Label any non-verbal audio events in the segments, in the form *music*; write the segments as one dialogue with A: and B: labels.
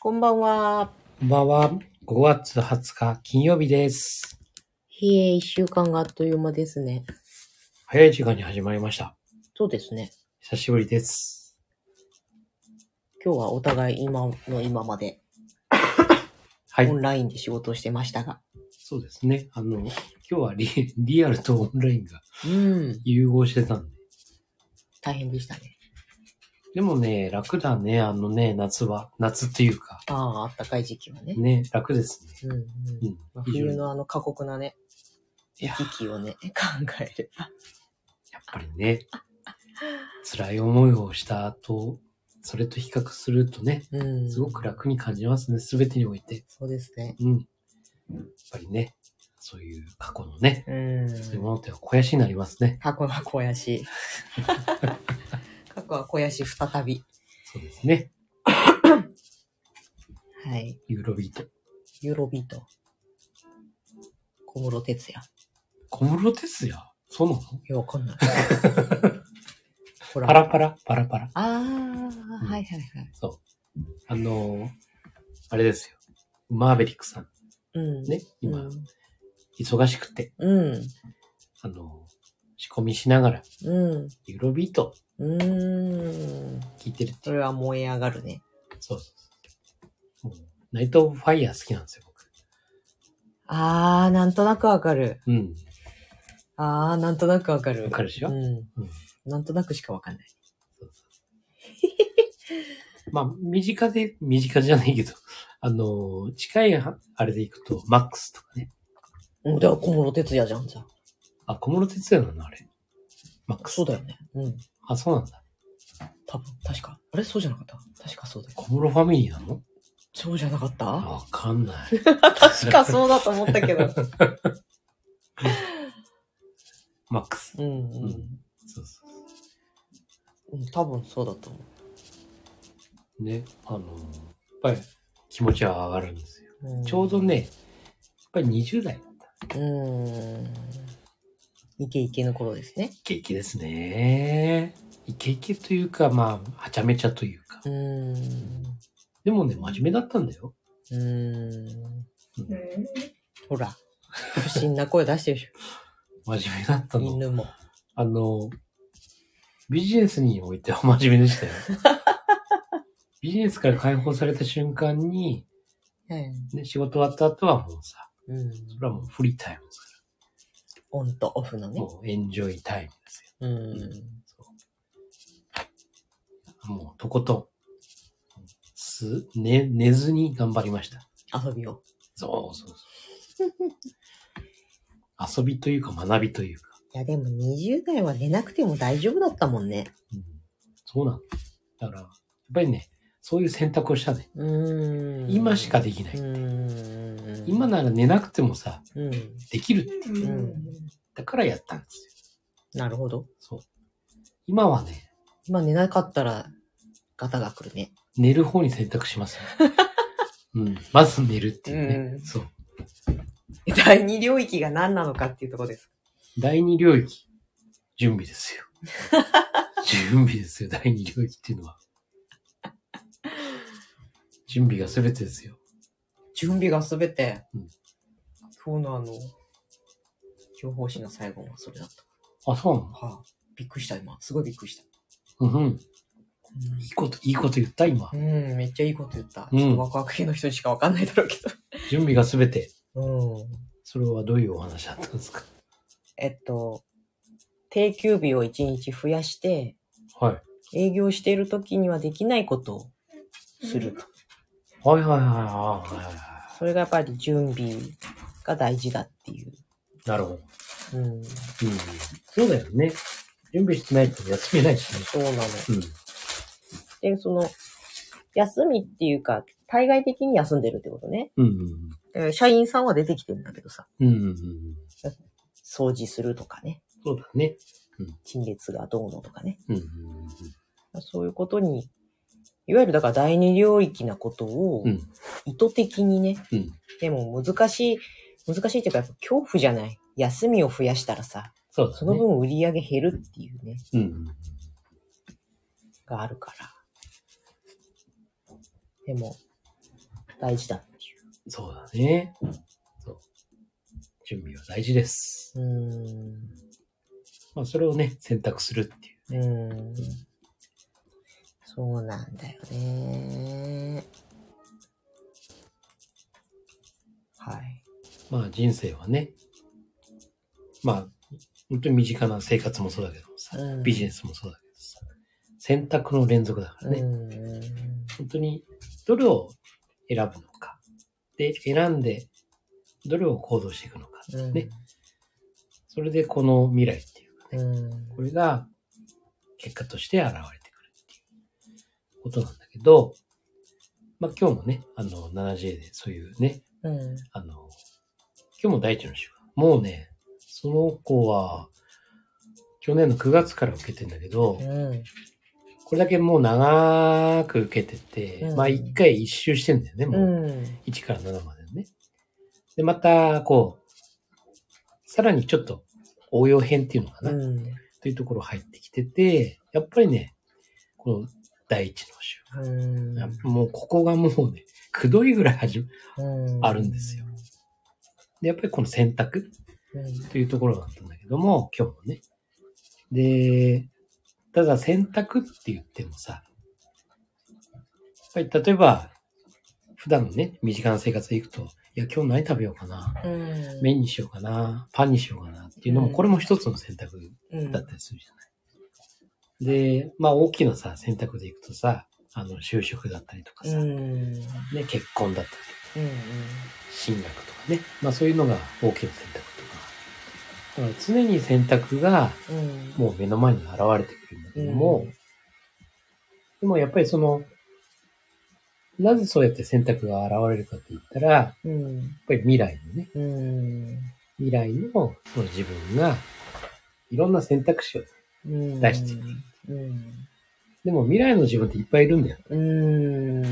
A: こんばんは。
B: こんばんは。5月20日金曜日です。
A: いえ、一週間があっという間ですね。
B: 早い時間に始まりました。
A: そうですね。
B: 久しぶりです。
A: 今日はお互い今の今まで、
B: は
A: オ
B: い。
A: ンラインで仕事をしてましたが。
B: そうですね。あの、今日はリ *laughs* リアルとオンラインが
A: うん。
B: 融合してたんで。
A: 大変でしたね。
B: でもね、楽だね。あのね、夏は。夏っていうか。
A: ああ、暖かい時期はね。
B: ね、楽ですね。
A: うん、うん。
B: うん
A: まあ。
B: 非常
A: 冬
B: にやっ
A: のあの過酷なね、
B: いや
A: 時期をね、 *laughs* 考えれば。
B: ぱりね、辛い思いをした後、それと比較するとね、
A: うん。
B: すごく楽に感じますね。すべてにおいて。
A: そうですね。
B: うん。やっぱりね、そういう過去のね、
A: うん。
B: そういうものって肥やしになりますね。
A: 過去は肥やし。過去は肥やし再び。
B: そうですね。
A: はい。
B: ユーロビート。
A: ユーロビート。小室哲也。
B: 小室哲也そうなの
A: いや、わかんない。 *laughs* ほら。
B: パラパラ、パラパラ。
A: ああ、はいはいはい。
B: あのーあれですよ。マーベリックさん。
A: うん。
B: ね。今、
A: うん
B: 忙しくて、
A: うん。
B: あのー仕込みしながら、
A: うん。
B: ユーロビート
A: うーん。
B: 聞いてるって
A: そ
B: いう。
A: れは燃え上がるね。
B: そうそうそうもうナイト・オブ・ファイヤー好きなんですよ、僕。
A: ああ、なんとなくわかる。
B: うん。
A: ああ、なんとなくわかる。
B: わかるでしょ、
A: うん
B: うん。
A: なんとなくしかわかんない。
B: まあ、身近で、身近じゃないけど、あのー近いは、あれでいくと、マックスとかね。
A: うん、だから小室哲也じゃん、じゃあ
B: あ、小室哲也なのあれ。マックス。
A: そうだよね。うん。
B: あ、そうなんだ。
A: 多分、確か。あれそうじゃなかった確かそうだよ。
B: 小室ファミリーなの
A: そうじゃなかった
B: わかんない。
A: *laughs* 確かそうだと思ったけ *laughs* ど。
B: マックス。
A: うん、う。
B: うんそうそう
A: うん、多分そうだと思
B: そう。ね、あのー、やっぱり気持ちは上がるんですよ。
A: う。うん
B: ちょうどね、やっぱり20代だった。
A: うーん。イケイケの頃ですね。
B: イケイケですね。イケイケというか、まあ、はちゃめちゃというか
A: う。ーん。
B: でもね、真面目だったんだよ。
A: うーん。
B: うん
A: ほら。不審な声出して
B: *laughs*
A: るでし
B: 真面目だった
A: ょ。
B: の。
A: 犬も。
B: あの、ビジネスにおいては真面目で *laughs* したよ。ビジネスから解放された瞬間に、
A: うん。
B: ね、仕事終わった後はもうさ、
A: うん。
B: それはもうフリータイムですか
A: オンとオフの
B: ら、
A: ね。
B: もうエンジョイタイムですよ。
A: うん。
B: もう、とことん、す、ね、寝ずに頑張りました。
A: 遊びを。
B: そうそうそう。遊びというか学びというか。
A: いや、でも20代は寝なくても大丈夫だったもんね。
B: うん、そうなの。だから、やっぱりね、そういう選択をしたね。
A: うーん。
B: 今しかできな
A: う
B: い。
A: ーん。
B: 今なら寝なくてもさ、
A: うん。
B: できるって。
A: うん。
B: だからやったんですよ。
A: なるほど。
B: そう。今はね、
A: 今寝なかったら、ガタが来るね。 *laughs*
B: 寝る方に選択しますよ、 *laughs* うん。まず寝るっていうね。
A: うん
B: そう。
A: 第二領域が何なのかっていうところです。
B: 第二領域、準備で
A: *laughs*
B: すよ。準備ですよ、第二領域っていうのは。準備が全てですよ。
A: 準備がすべて、
B: うん
A: 今日のあの、情報誌の最後はそれだっ
B: あ、そうなの
A: た。はあ、びっくりした、今。すごいびっくりした。
B: うんうん。いいこと、いいこと言った、今
A: う。ん、めっちゃいいこと言った。
B: うん
A: ちょっとワクワク系の人にしかわかんないだろうけ
B: 準備が全て。
A: ど。うん。
B: それはどういうお話だったんですか
A: *laughs* えっと、定休日を1日増やして、
B: はい。
A: 営業している時にはできないことをすると。
B: はいはいはいはいはいは
A: それがやっぱり準備が大事だっていう。
B: い。なるほど。
A: うん。
B: うん。そうだよね。準備してないと休めないしね。
A: そうなの。
B: うん。
A: で、その、休みっていうか、対外的に休んでるってことね。
B: うん
A: えー社員さんは出てきてるんだけどさ、
B: うんうん。うんうんうん。
A: 掃除するとかね、
B: そうだね。
A: 陳列がどうのとかね、
B: うんうん
A: そういうことに、いわゆるだから第二領域なことを
B: うん。うん。
A: 意図的にね、
B: うん。
A: でも難しい、難しいっていうかやっぱ恐怖じゃない。休みを増やしたらさ、
B: そうだ
A: その
B: ね。
A: 分売り上げ減るっていうね、
B: うんうん。
A: があるから。でも、大事だってい
B: そうだね。そう。準備は大事です。
A: う。う
B: まあ、それをね、選択するっていう。
A: ーん。うーん。そうなんだよね。はい。
B: まあ、人生はね、まあ、本当に身近な生活もそうだけどさ、
A: うん
B: ビジネスもそうだけどさ、選択の連続だからね。
A: うん。
B: 本当に、どれを選ぶのか。で、選んで、どれを行動していくのか。
A: うん
B: ね。それで、この未来っていうかね、
A: うん。
B: これが結果として現れてくるっていうことなんだけど、まあ今日もね、あの 7J でそういうね、
A: うん。
B: あの、今日も第一の週間。もうね、その子は去年の9月から受けてんだけど、
A: うん。
B: これだけもう長く受けてて、
A: うん
B: まあ一回一周してんだよね、もう。
A: うん。
B: 1から7までのね。で、また、こう、さらにちょっと応用編っていうのかな。
A: うん。
B: というところ入ってきてて、やっぱりね、この第一の週
A: うん
B: 間、もうここがもうね、 *laughs* くどいぐらい始め、
A: うん
B: あるんですよ。で、やっぱりこの選択
A: うん。
B: というところだったんだけども、今日もね。で、ただ選択って言ってもさ、やっぱり例えば、普段のね、身近な生活でいくと、いや、今日何食べようかな、
A: うん。
B: 麺にしようかな、パンにしようかなっていうのも、
A: うん
B: これも一つの選択
A: うん
B: だったりするじゃない。で、まあ大きなさ、選択でいくとさ、あの、就職だったりとか
A: う
B: さ、
A: ん。
B: ね、
A: うん。
B: 結婚だったりとか、
A: うん。
B: 進学とかね、まあそういうのが大きな選択とか。だから常に選択が
A: うん
B: もう目の前に現れてくるんだけども、
A: うん
B: でもやっぱりその、なぜそうやって選択が現れるかって言ったら、やっ
A: うん。
B: ぱり未来のね、
A: うん。
B: 未来のその自分がいろんな選択肢を、
A: うん。
B: 出してね
A: うん。
B: でも未来の自分っていっぱいいるんだよ。
A: うん。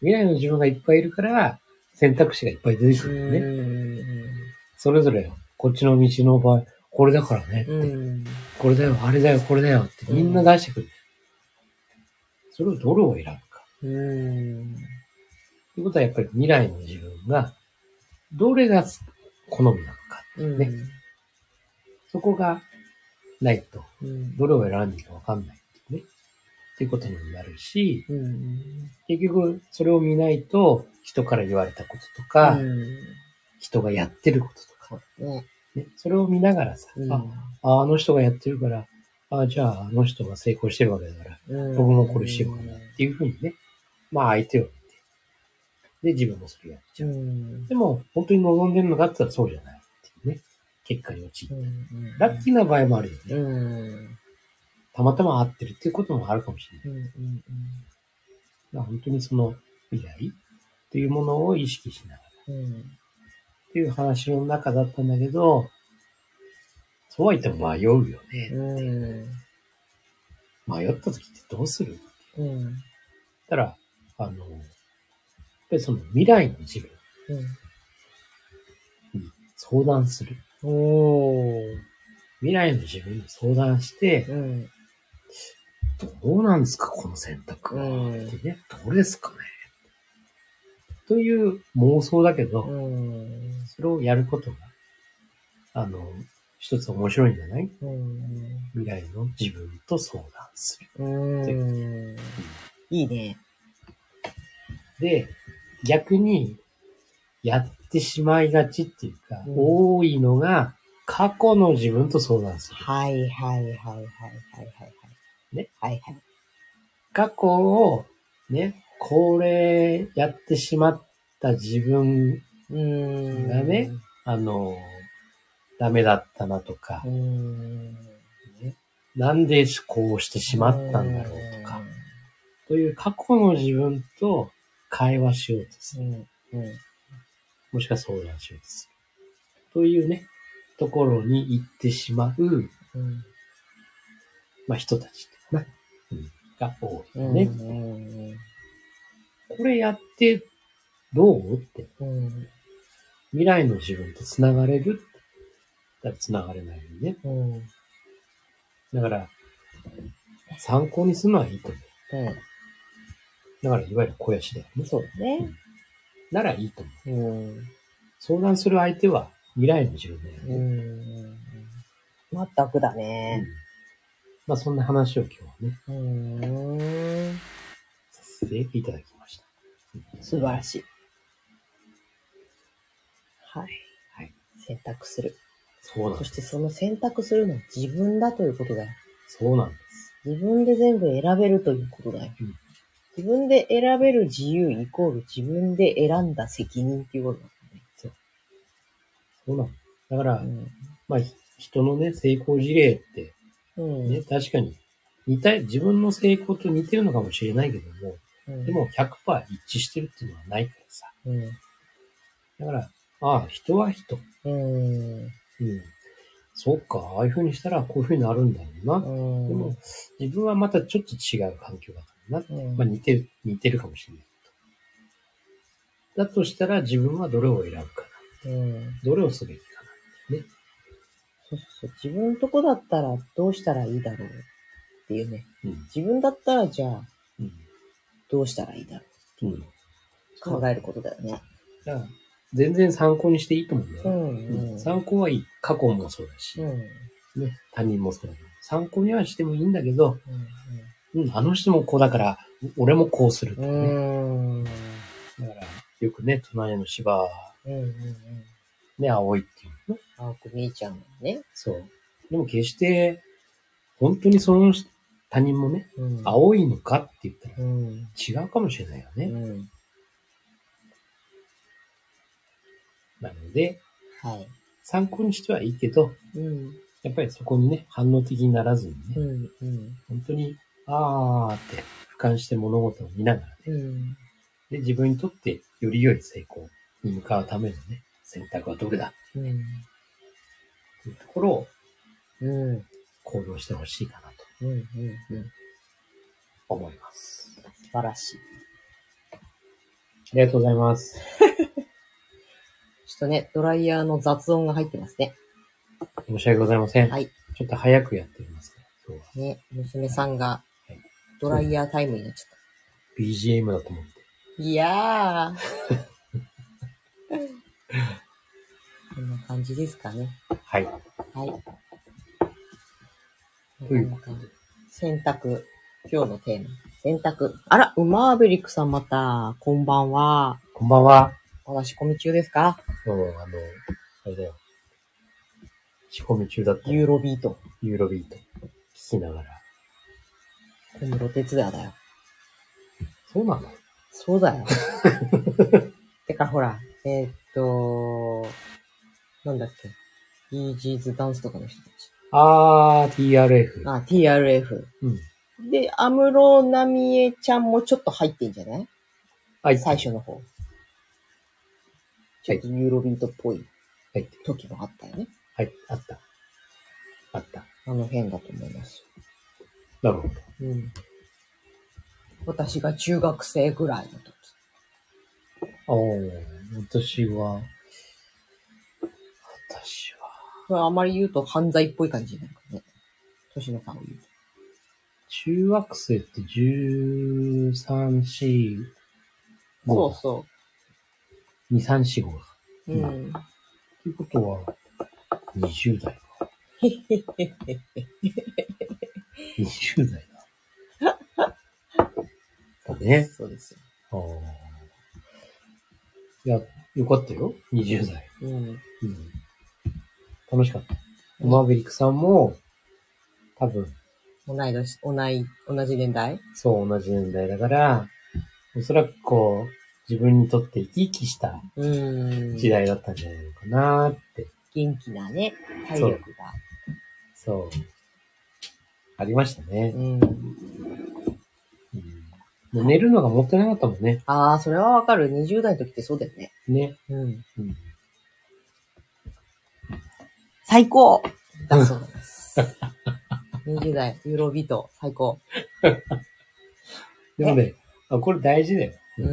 B: 未来の自分がいっぱいいるから、選択肢がいっぱい出てくるよね。それぞれ、こっちの道の場合、これだからねって、
A: うん。うん。
B: これだよ、あれだよ、これだよってみんな出してくる。それをどれを選ぶか。
A: うん。
B: ということはやっぱり未来の自分が、どれが好みなのか。
A: うん。
B: ねそこがないと、
A: うん。
B: どれを選んでいいかわかんないっていうね。っていうことにもなるし、
A: うん。
B: 結局それを見ないと、人から言われたこととか、
A: うん。
B: 人がやってることとか、
A: ね。
B: ね、それを見ながらさ、
A: うん
B: あ、ああの人がやってるから、あじゃああの人が成功してるわけだから、
A: うん
B: 僕もこれしようかなっていうふうにね、まあ相手を見て、で自分もそれやる。
A: うん。
B: でも本当に望んでるのかって言ったらそうじゃないっていうね、結果に陥
A: う
B: る。
A: ん。
B: ラッキーな場合もあるよね。
A: うん。
B: たまたま合ってるっていうこともあるかもしれない。
A: うん。うん。
B: まあ本当にその未来というものを意識しながら
A: うん。
B: っていう話の中だったんだけど、そうは言っても迷うよね。
A: うん。
B: 迷った時ってどうする
A: うん。
B: たら、あの、やっぱりその未来の自分に相談する。
A: うん。おー。
B: 未来の自分に相談して、
A: うん。
B: どうなんですか、この選択は。
A: うん
B: ってね、どうですかね。という妄想だけど、
A: うん。
B: それをやることが、あの、一つ面白いんじゃない
A: うん。
B: 未来の自分と相談する。
A: うん。いいね。
B: で、逆に、やってしまいがちっていうか、
A: うん
B: 多いのが、過去の自分と相談する。
A: はいはいはいはいはいはい。
B: ね。
A: はいはい。
B: 過去を、ね、これやってしまった自分、
A: うーん。
B: だね。あの、ダメだったなとか
A: う、ーん。
B: なんでこうしてしまったんだろうとか、という過去の自分と会話しようとす
A: う
B: る。
A: ん。うん。
B: もしくは相談しようとする。というね、ところに行ってしまう、
A: うん。
B: まあ、人たちっていうかな、うんが多いよ
A: うん。
B: ね。
A: うん。
B: これやってどうって、
A: うん。
B: 未来の自分と繋がれるだから繋がれないよね。
A: うん。うん。
B: だから、参考にするのはいいと思う。だから、いわゆる肥やしだよね。
A: そうですね。
B: ならいいと思う。
A: うん。
B: 相談する相手は未来の自分だよね。
A: うん。全くだ
B: うん
A: ね。
B: まあ、そんな話を今日はね、
A: うん。
B: させていただきました。
A: 素晴らしい。はい。
B: はい。
A: 選択する。
B: そうな
A: そ
B: んで
A: し
B: す。
A: てその選択するのは自分だということだよ。
B: そうなんです。
A: 自分で全部選べるということだよ。
B: うん
A: 自分で選べる自由イコール自分で選んだ責任っていうことだ
B: そうなんです。だから
A: も、んね。
B: まあ、ひ人のね、成功事例って、
A: うん。
B: ね、確かに、似た、自分の成功と似てるのかもしれないけども、
A: うん。
B: でも100%一致してるっていうのはないからさ。
A: うん。
B: だから、ああ、人は人。
A: うん。
B: うん。そっか、ああいう風にしたらこういう風になるんだろうな。
A: うん。
B: でも、自分はまたちょっと違う環境だからな。
A: うん、
B: まあ似てる、似てるかもしれないけど。だとしたら自分はどれを選ぶかな。
A: うん。
B: どれをすべきかな。
A: そうそうそう。自分のとこだったらどうしたらいいだろうっていうね。
B: うん。
A: 自分だったらじゃあ
B: うん。
A: どうしたらいいだろ
B: うん。
A: う考えることだよね。
B: だから、全然参考にしていいと思うんだ
A: う
B: よね。
A: ん。
B: う
A: うんん。
B: 参考はいい。過去もそうだし、
A: うん。うん。
B: ね、他人もそうだけど、参考にはしてもいいんだけど、
A: うん
B: うん、あの人もこうだから、俺もこうすると
A: う
B: かね。
A: ん。
B: だから、よくね、隣の芝、
A: うん。うん。
B: ね、青いっていうのね。
A: 青くみーちゃんのね。
B: そう。でも決して、本当にその人他人もね、
A: うん。
B: 青いのかって言った
A: うん。
B: ら違うかもしれないよ
A: う
B: ね。
A: ん。
B: なので、
A: はい。
B: 参考にしてはいいけど、
A: うん。
B: やっぱりそこにね、反応的にならずに
A: う
B: ね、
A: ん。うん。
B: 本当に、あーって俯瞰して物事を見ながらね、
A: うん。
B: で、自分にとってより良い成功に向かうためのね、選択はどれだ
A: うん。
B: っていうところを
A: うん。
B: 行動してほしいかなと
A: うん。うん。
B: 思います。
A: 素晴らしい。
B: ありがとうございます。
A: ちょっとね、ドライヤーの雑音が入ってますね。
B: 申し訳ございません。
A: はい。
B: ちょっと早くやってみますね。今日は
A: ね、娘さんが
B: はい、
A: ドライヤータイムになっちゃっ
B: BGM だと思って。
A: た。いやー。こんな感じですかね。
B: はい。
A: はい。
B: ということで。
A: 選択。今日のテーマ。選択。あら、うまーベリックさんまた、こんばんは。
B: こんばんは。
A: まだ仕込み中ですか
B: もう、あの、あれだよ。仕込み中だった。
A: ユーロビート。
B: ユーロビート。聞きながら。
A: 小室哲也だよ。
B: そうなの
A: そう
B: *laughs*
A: だよ。てかほら、えーっと、なんだっけ。イージーズダンスとかの人たち。
B: あー、TRF。
A: あ、TRF。
B: うん。
A: で、安室奈美恵ちゃんもちょっと入ってんじゃない
B: はい。
A: 最初の方。ちょっとユーロビートっぽい
B: 入ってる。
A: 時もあったよね。
B: はい。あった。あった。
A: あの辺だと思います。
B: なるほど。
A: うん。私が中学生ぐらいの時。
B: おー、私は、私は、
A: これあまり言うと犯罪っぽい感じになるからね。年の差を言うと。
B: 中学生って13、4、
A: そう
B: 5。
A: そ
B: 2、3、4、5。
A: う。
B: うん
A: うん。
B: ということは、20代か。20代だ。だね。
A: そうですよ。
B: あーいや、よかったよ。20代。
A: うん。
B: うん、楽しかった。マーベリックさんも、多分、
A: 同い年、同い、同じ年代
B: そう同じ年代だから、おそらくこう、自分にとって生き生きした
A: うん。
B: 時代だったんじゃないのかなーって、
A: 元気なね、体力が。
B: そう、ありましたね。
A: うん。
B: うん、寝るのがもったいなかったもんね。
A: ああ、それはわかる。20代の時ってそうだよね。
B: ね。
A: うん。
B: うん
A: 最高だそう
B: *laughs*
A: です。20代、ユーロビート、最高。
B: でもね、あこれ大事だよ。
A: うん
B: う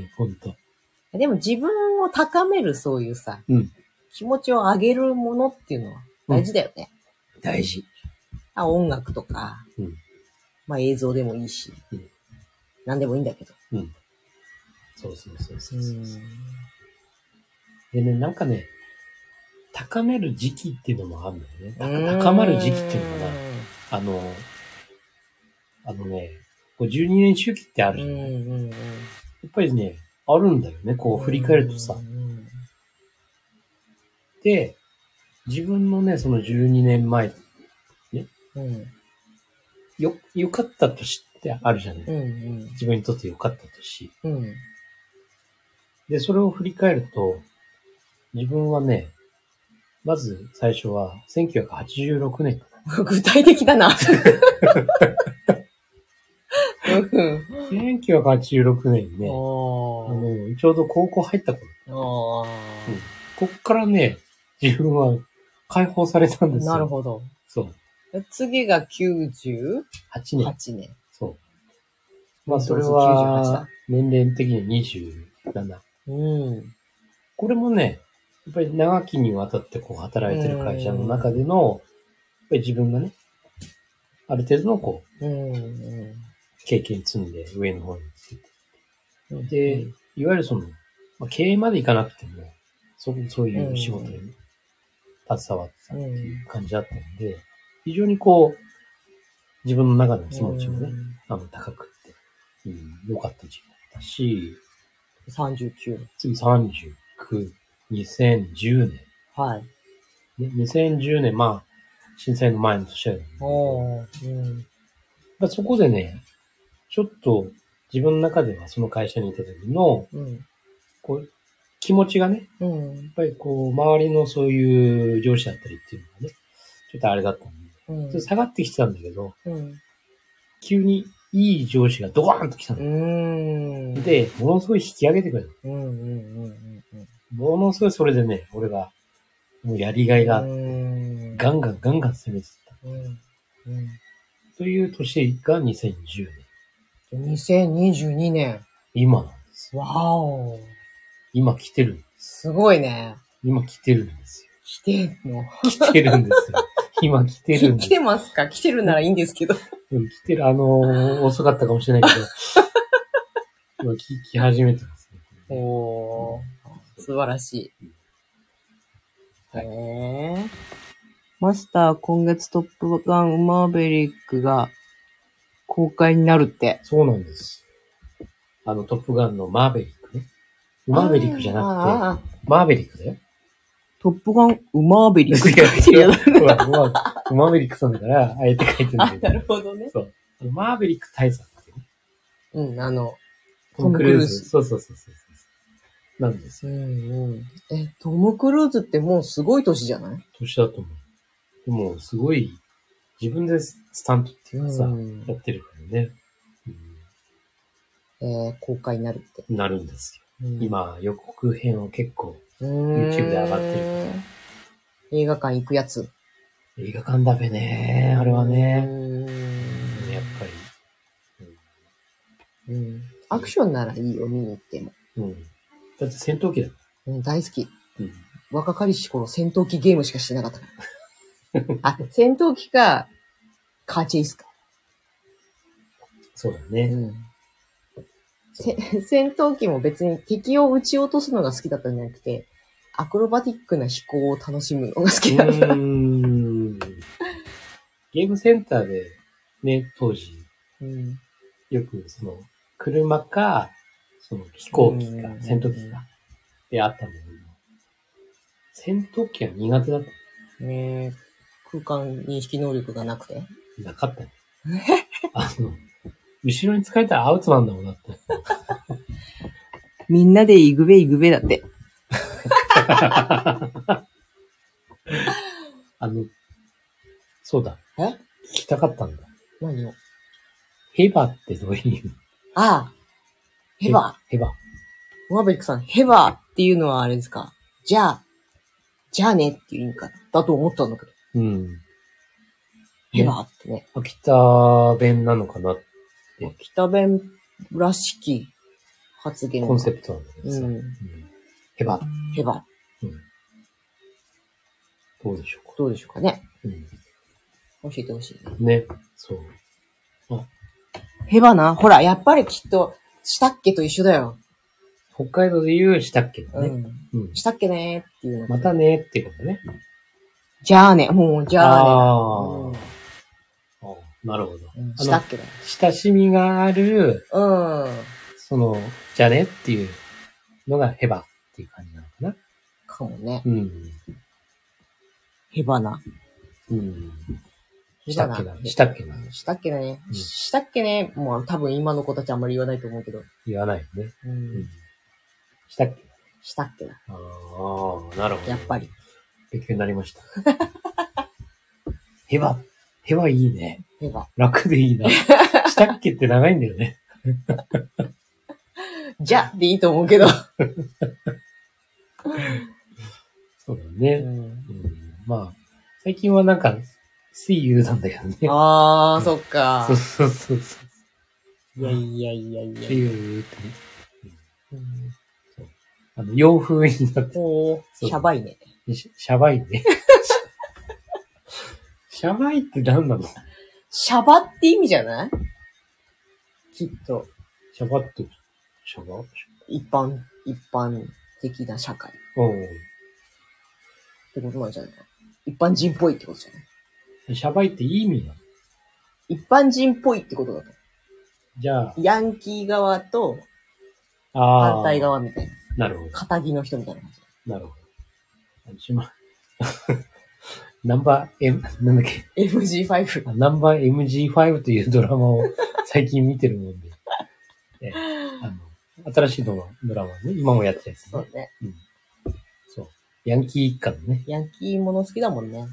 B: ん、ほんと。
A: でも自分を高めるそういうさ、
B: うん
A: 気持ちを上げるものっていうのは大事だよね。
B: 大事。
A: あ音楽とか、
B: うん
A: まあ映像でもいいし、
B: うん
A: 何でもいいんだけど。
B: そうそうそうそううそう。
A: ん。
B: でね、なんかね、高める時期っていうのもあるんだよね。た
A: うーん
B: 高まる時期っていうのかな。あの、あのね、こう12年周期ってある
A: う
B: じゃ
A: ん
B: ない、や
A: うんうん。
B: っぱりね、あるんだよね。こう振り返るとさ
A: う。ん
B: で、自分のね、その12年前、
A: うんうん。
B: よ、良かった年ってあるじゃない、
A: うんうん
B: 自分にとって良かった年。
A: うん。うん。
B: で、それを振り返ると、自分はね、まず最初は1986年かな。
A: 具体的だな。うん。
B: 1986年にね、
A: お
B: あ
A: ー。
B: の、ちょうど高校入った頃。
A: おー。
B: こっからね、自分は解放されたんですよ。
A: なるほど。
B: そう。
A: 次が98
B: 8年。
A: 年。
B: そう。まあ、それ
A: 98だ
B: は、年齢的に27。
A: うん。
B: これもね、やっぱり長きにわたってこう働いてる会社の中での、やっぱり自分がね、ある程度のこう、
A: うんう
B: 経験積んで上の方について。
A: ん。
B: で、いわゆるその、まあ、経営までいかなくても、そそういう仕事に携わってたっていう感じだったんで、非常にこう、自分の中の気持ちもね、あの、高くって、うん、良かった時期だったし、
A: うん。39。
B: 次39、2010年、
A: はい。
B: ね、2010年、まあ、震災の前の年だよね。
A: おー。うん。
B: まあそこでね、ちょっと自分の中ではその会社にいた時の、
A: うん。
B: こう、気持ちがね、
A: うん
B: やっ。ぱりこう、周りのそういう上司だったりっていうのがね、ちょっとあれだったんで、
A: うん
B: ちょっと下がってきてたんだけど、
A: うん。
B: 急にいい上司がドカーンと来た
A: う
B: の。
A: ん。
B: で、ものすごい引き上げてくれた。
A: うんうんうんうん。
B: ものすごいそれでね、俺が、もうやりがいが、
A: うん。
B: ガンガンガンガン攻めてった。
A: うん。うん。
B: という年が2010年。
A: 2022年。
B: 今なんですよ。
A: わお。
B: 今来てるんです。
A: すごいね。
B: 今来てるんですよ。
A: 来てんの。
B: 来てるん *laughs* ですよ。今来てる
A: 来
B: んです。
A: てますか来てるならいいんですけど。
B: うん来てる。あのー遅かったかもしれ *laughs* ないけど、今聞き始めてますね。
A: おー。素晴らしい。
B: はい
A: へー。
C: マスター、今月トップガンマーベリックが公開になるって。
B: そうなんです。あの、トップガンのマーベリックね。マーベリックじゃなくて、マーベリックだよ。
C: トップガンウマーベリックって書いて
B: い
C: る
B: や
C: や
B: い
C: つ。
B: や *laughs* まあまあマーベリックさんだから、あえて書いてないけ
A: な
B: ど
A: るほどね。
B: そう。マーベリック大佐っていうね
A: うん、あの、
B: トム・クル
A: トムクル
B: ー
A: ー
B: ズ。
A: ズ
B: そうそうそうそうそう。なんですよ。
A: うんうん。え、トム・クルーズってもうすごい年じゃない
B: 年だと思う。でも、すごい、自分でスタントっていうかさ、
A: うん
B: やってるからね。
A: えー、公開になるって。
B: うんなるんですよ。
A: うん、
B: 今、予告編を結構、
A: うーん
B: YouTube で上がってる
A: 映画館行くやつ。
B: 映画館だべね。あれはね。
A: うーん
B: やっぱり。
A: うん。アクションならいいよ、見に行っても。
B: うん。だって戦闘機だもん。
A: うん、大好き。
B: うん
A: 若かりし頃戦闘機ゲームしかして
B: *laughs*
A: なかったから。あ、戦闘機か、カーチェイスか。
B: そうだ
A: う
B: ね。
A: ん。せ *laughs* 戦闘機も別に敵を撃ち落とすのが好きだったんじゃなくて、アクロバティックな飛行を楽しむのが好
B: う
A: きだった。
B: ーん。ゲームセンターで、ね、当時、
A: うん。
B: よく、その、車か、その、飛行機
A: う
B: か、
A: ん
B: 戦闘機か、であったんだけど、戦闘機は苦手だっ
A: ねえ空間認識能力がなくて。
B: た。なかったね。
A: *laughs*
B: あの、後ろに疲れたらアウトなんだもんだって。
C: みんなでイグベイグベだって。
B: あの、そうだ。
A: え
B: 聞きたかったんだ。
A: 何を
B: ヘバってどういう
A: ああヘバ
B: ヘバ。
A: マーベリックさん、ヘバっていうのはあれですかじゃあ、じゃあねっていう意味かな。だと思ったんだけど。
B: うん。
A: ヘバってね。
B: 秋田弁なのかな、ね
A: 北弁らしき発言。
B: コンセプトなんだけどさ。
A: うん
B: うんヘバ、
A: ヘバ。
B: どうでしょうか。
A: どうでしょうかね。
B: うん
A: 教えてほしいね。
B: ね、そう。あ、
A: ヘバなほら、やっぱりきっと、したっけと一緒だよ。
B: 北海道で言うしたっけだ
A: う
B: ね。
A: ん。
B: うん。
A: したっけねーっていうのと
B: またねってことね。
A: じゃあね、もう、じゃあね。
B: あ
A: うん
B: あ。なるほど。
A: うん
B: あ
A: した
B: の
A: っ、けだよ。
B: 親しみがある、
A: うん。
B: その、じゃねっていうのがヘバっていう感じなのかな。
A: かもね。
B: うん。
A: ヘバな。
B: うん。
A: ヘ
B: した
A: バ
B: っ
A: な
B: けな。したっけな。
A: したっけね
B: う。ん
A: したっけね。もう多分今の子たちあんまり言わないと思うけど。
B: 言わないよね。
A: う
B: うん
A: ん。。
B: したっけ
A: したっけだ。
B: ああ、なるほど。
A: やっぱり。。
B: 勉強になりました。 *laughs* ヘバ、ヘバいいね。
A: ヘバ。
B: 楽でいいな。
A: *laughs*
B: したっけって長いんだよね。
A: じゃでいいと思うけど。
B: そうだね。うん、まあ、最近はなんか、水友なんだけどね。
A: あー、そっか
B: そう。そうそうそう。
A: いやいやいやいや。
B: 水友ってね。
A: うん
B: あの、洋風になって
A: おー、
B: そう
A: シャバいね。
B: しシャバいね。 *laughs* シャバいって何なの
A: シャバって意味じゃないきっと、
B: シャバって、シャバ
A: 一般、一般的な社会っ
B: う
A: てことなんじゃない一般人っぽいってことじゃない
B: ん。シャバいっていい意味なの
A: 一般人っぽいってことだと。
B: じゃあ、
A: ヤンキー側と
B: あー
A: 反対。側みたいな。
B: なるほど。
A: 仇の人みたいな感じ。
B: なるほど。しま、 *laughs* ナンバー M、なんだっけ、
A: MG5。
B: あナンバー MG5 というドラマを最近見てるもんで、えあの新しいドラマ、ドラマね、今もやってるやつ、
A: そ
B: ね
A: う。ね。
B: そう。ヤンキー一家のね、
A: ヤンキーもの好きだもんね。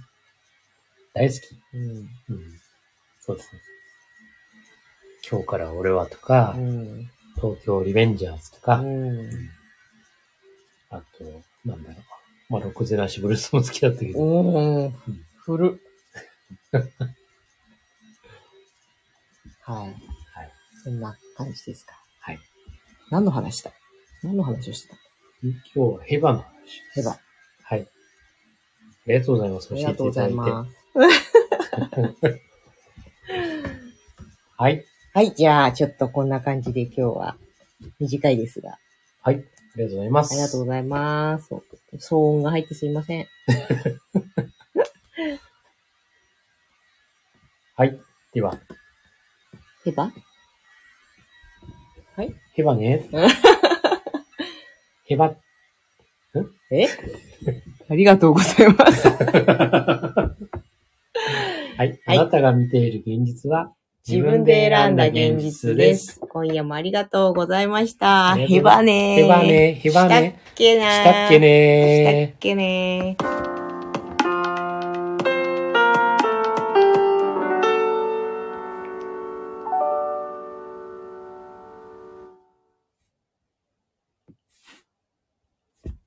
B: 大好き。
A: うん。
B: うん。そうですね。今日から俺はとか、
A: うん。
B: 東京リベンジャーズとか、
A: うん。
B: あと、なんだろう。まあ、ロックゼナシブルースも好きだったけど、
A: うん。古っ。はい。
B: はい。
A: そんな感じですか。
B: はい。
A: 何の話だ何の話をしてた
B: 今日はヘバの話です。
A: ヘバ。
B: はい。ありがとうございます。
A: あ
B: 教
A: り
B: え
A: が
B: て
A: とうご
B: いた
A: ざ
B: だ
A: い
B: いて。
A: ます。
B: はい。
A: はい、じゃあ、ちょっとこんな感じで今日は短いですが、
B: はい。ありがとうございます。
A: ありがとうございます。騒音が入ってすいません。
B: はい。では、
A: ヘバ
B: ヘ
A: *laughs*
B: バね。ヘバ。
A: え *laughs* ありがとうございます。
B: はい。あ
A: はい
B: なたが見ている現実は、
A: 自分で選んだ現実です。。今夜もありがとうございました。
B: ありがとう
A: ヘ
B: ござ
A: バ
B: います
A: ねー。
B: ヘバね。ヘバ
A: したっ
B: ね。
A: け
B: し
A: なー
B: たっけね
A: したっけねー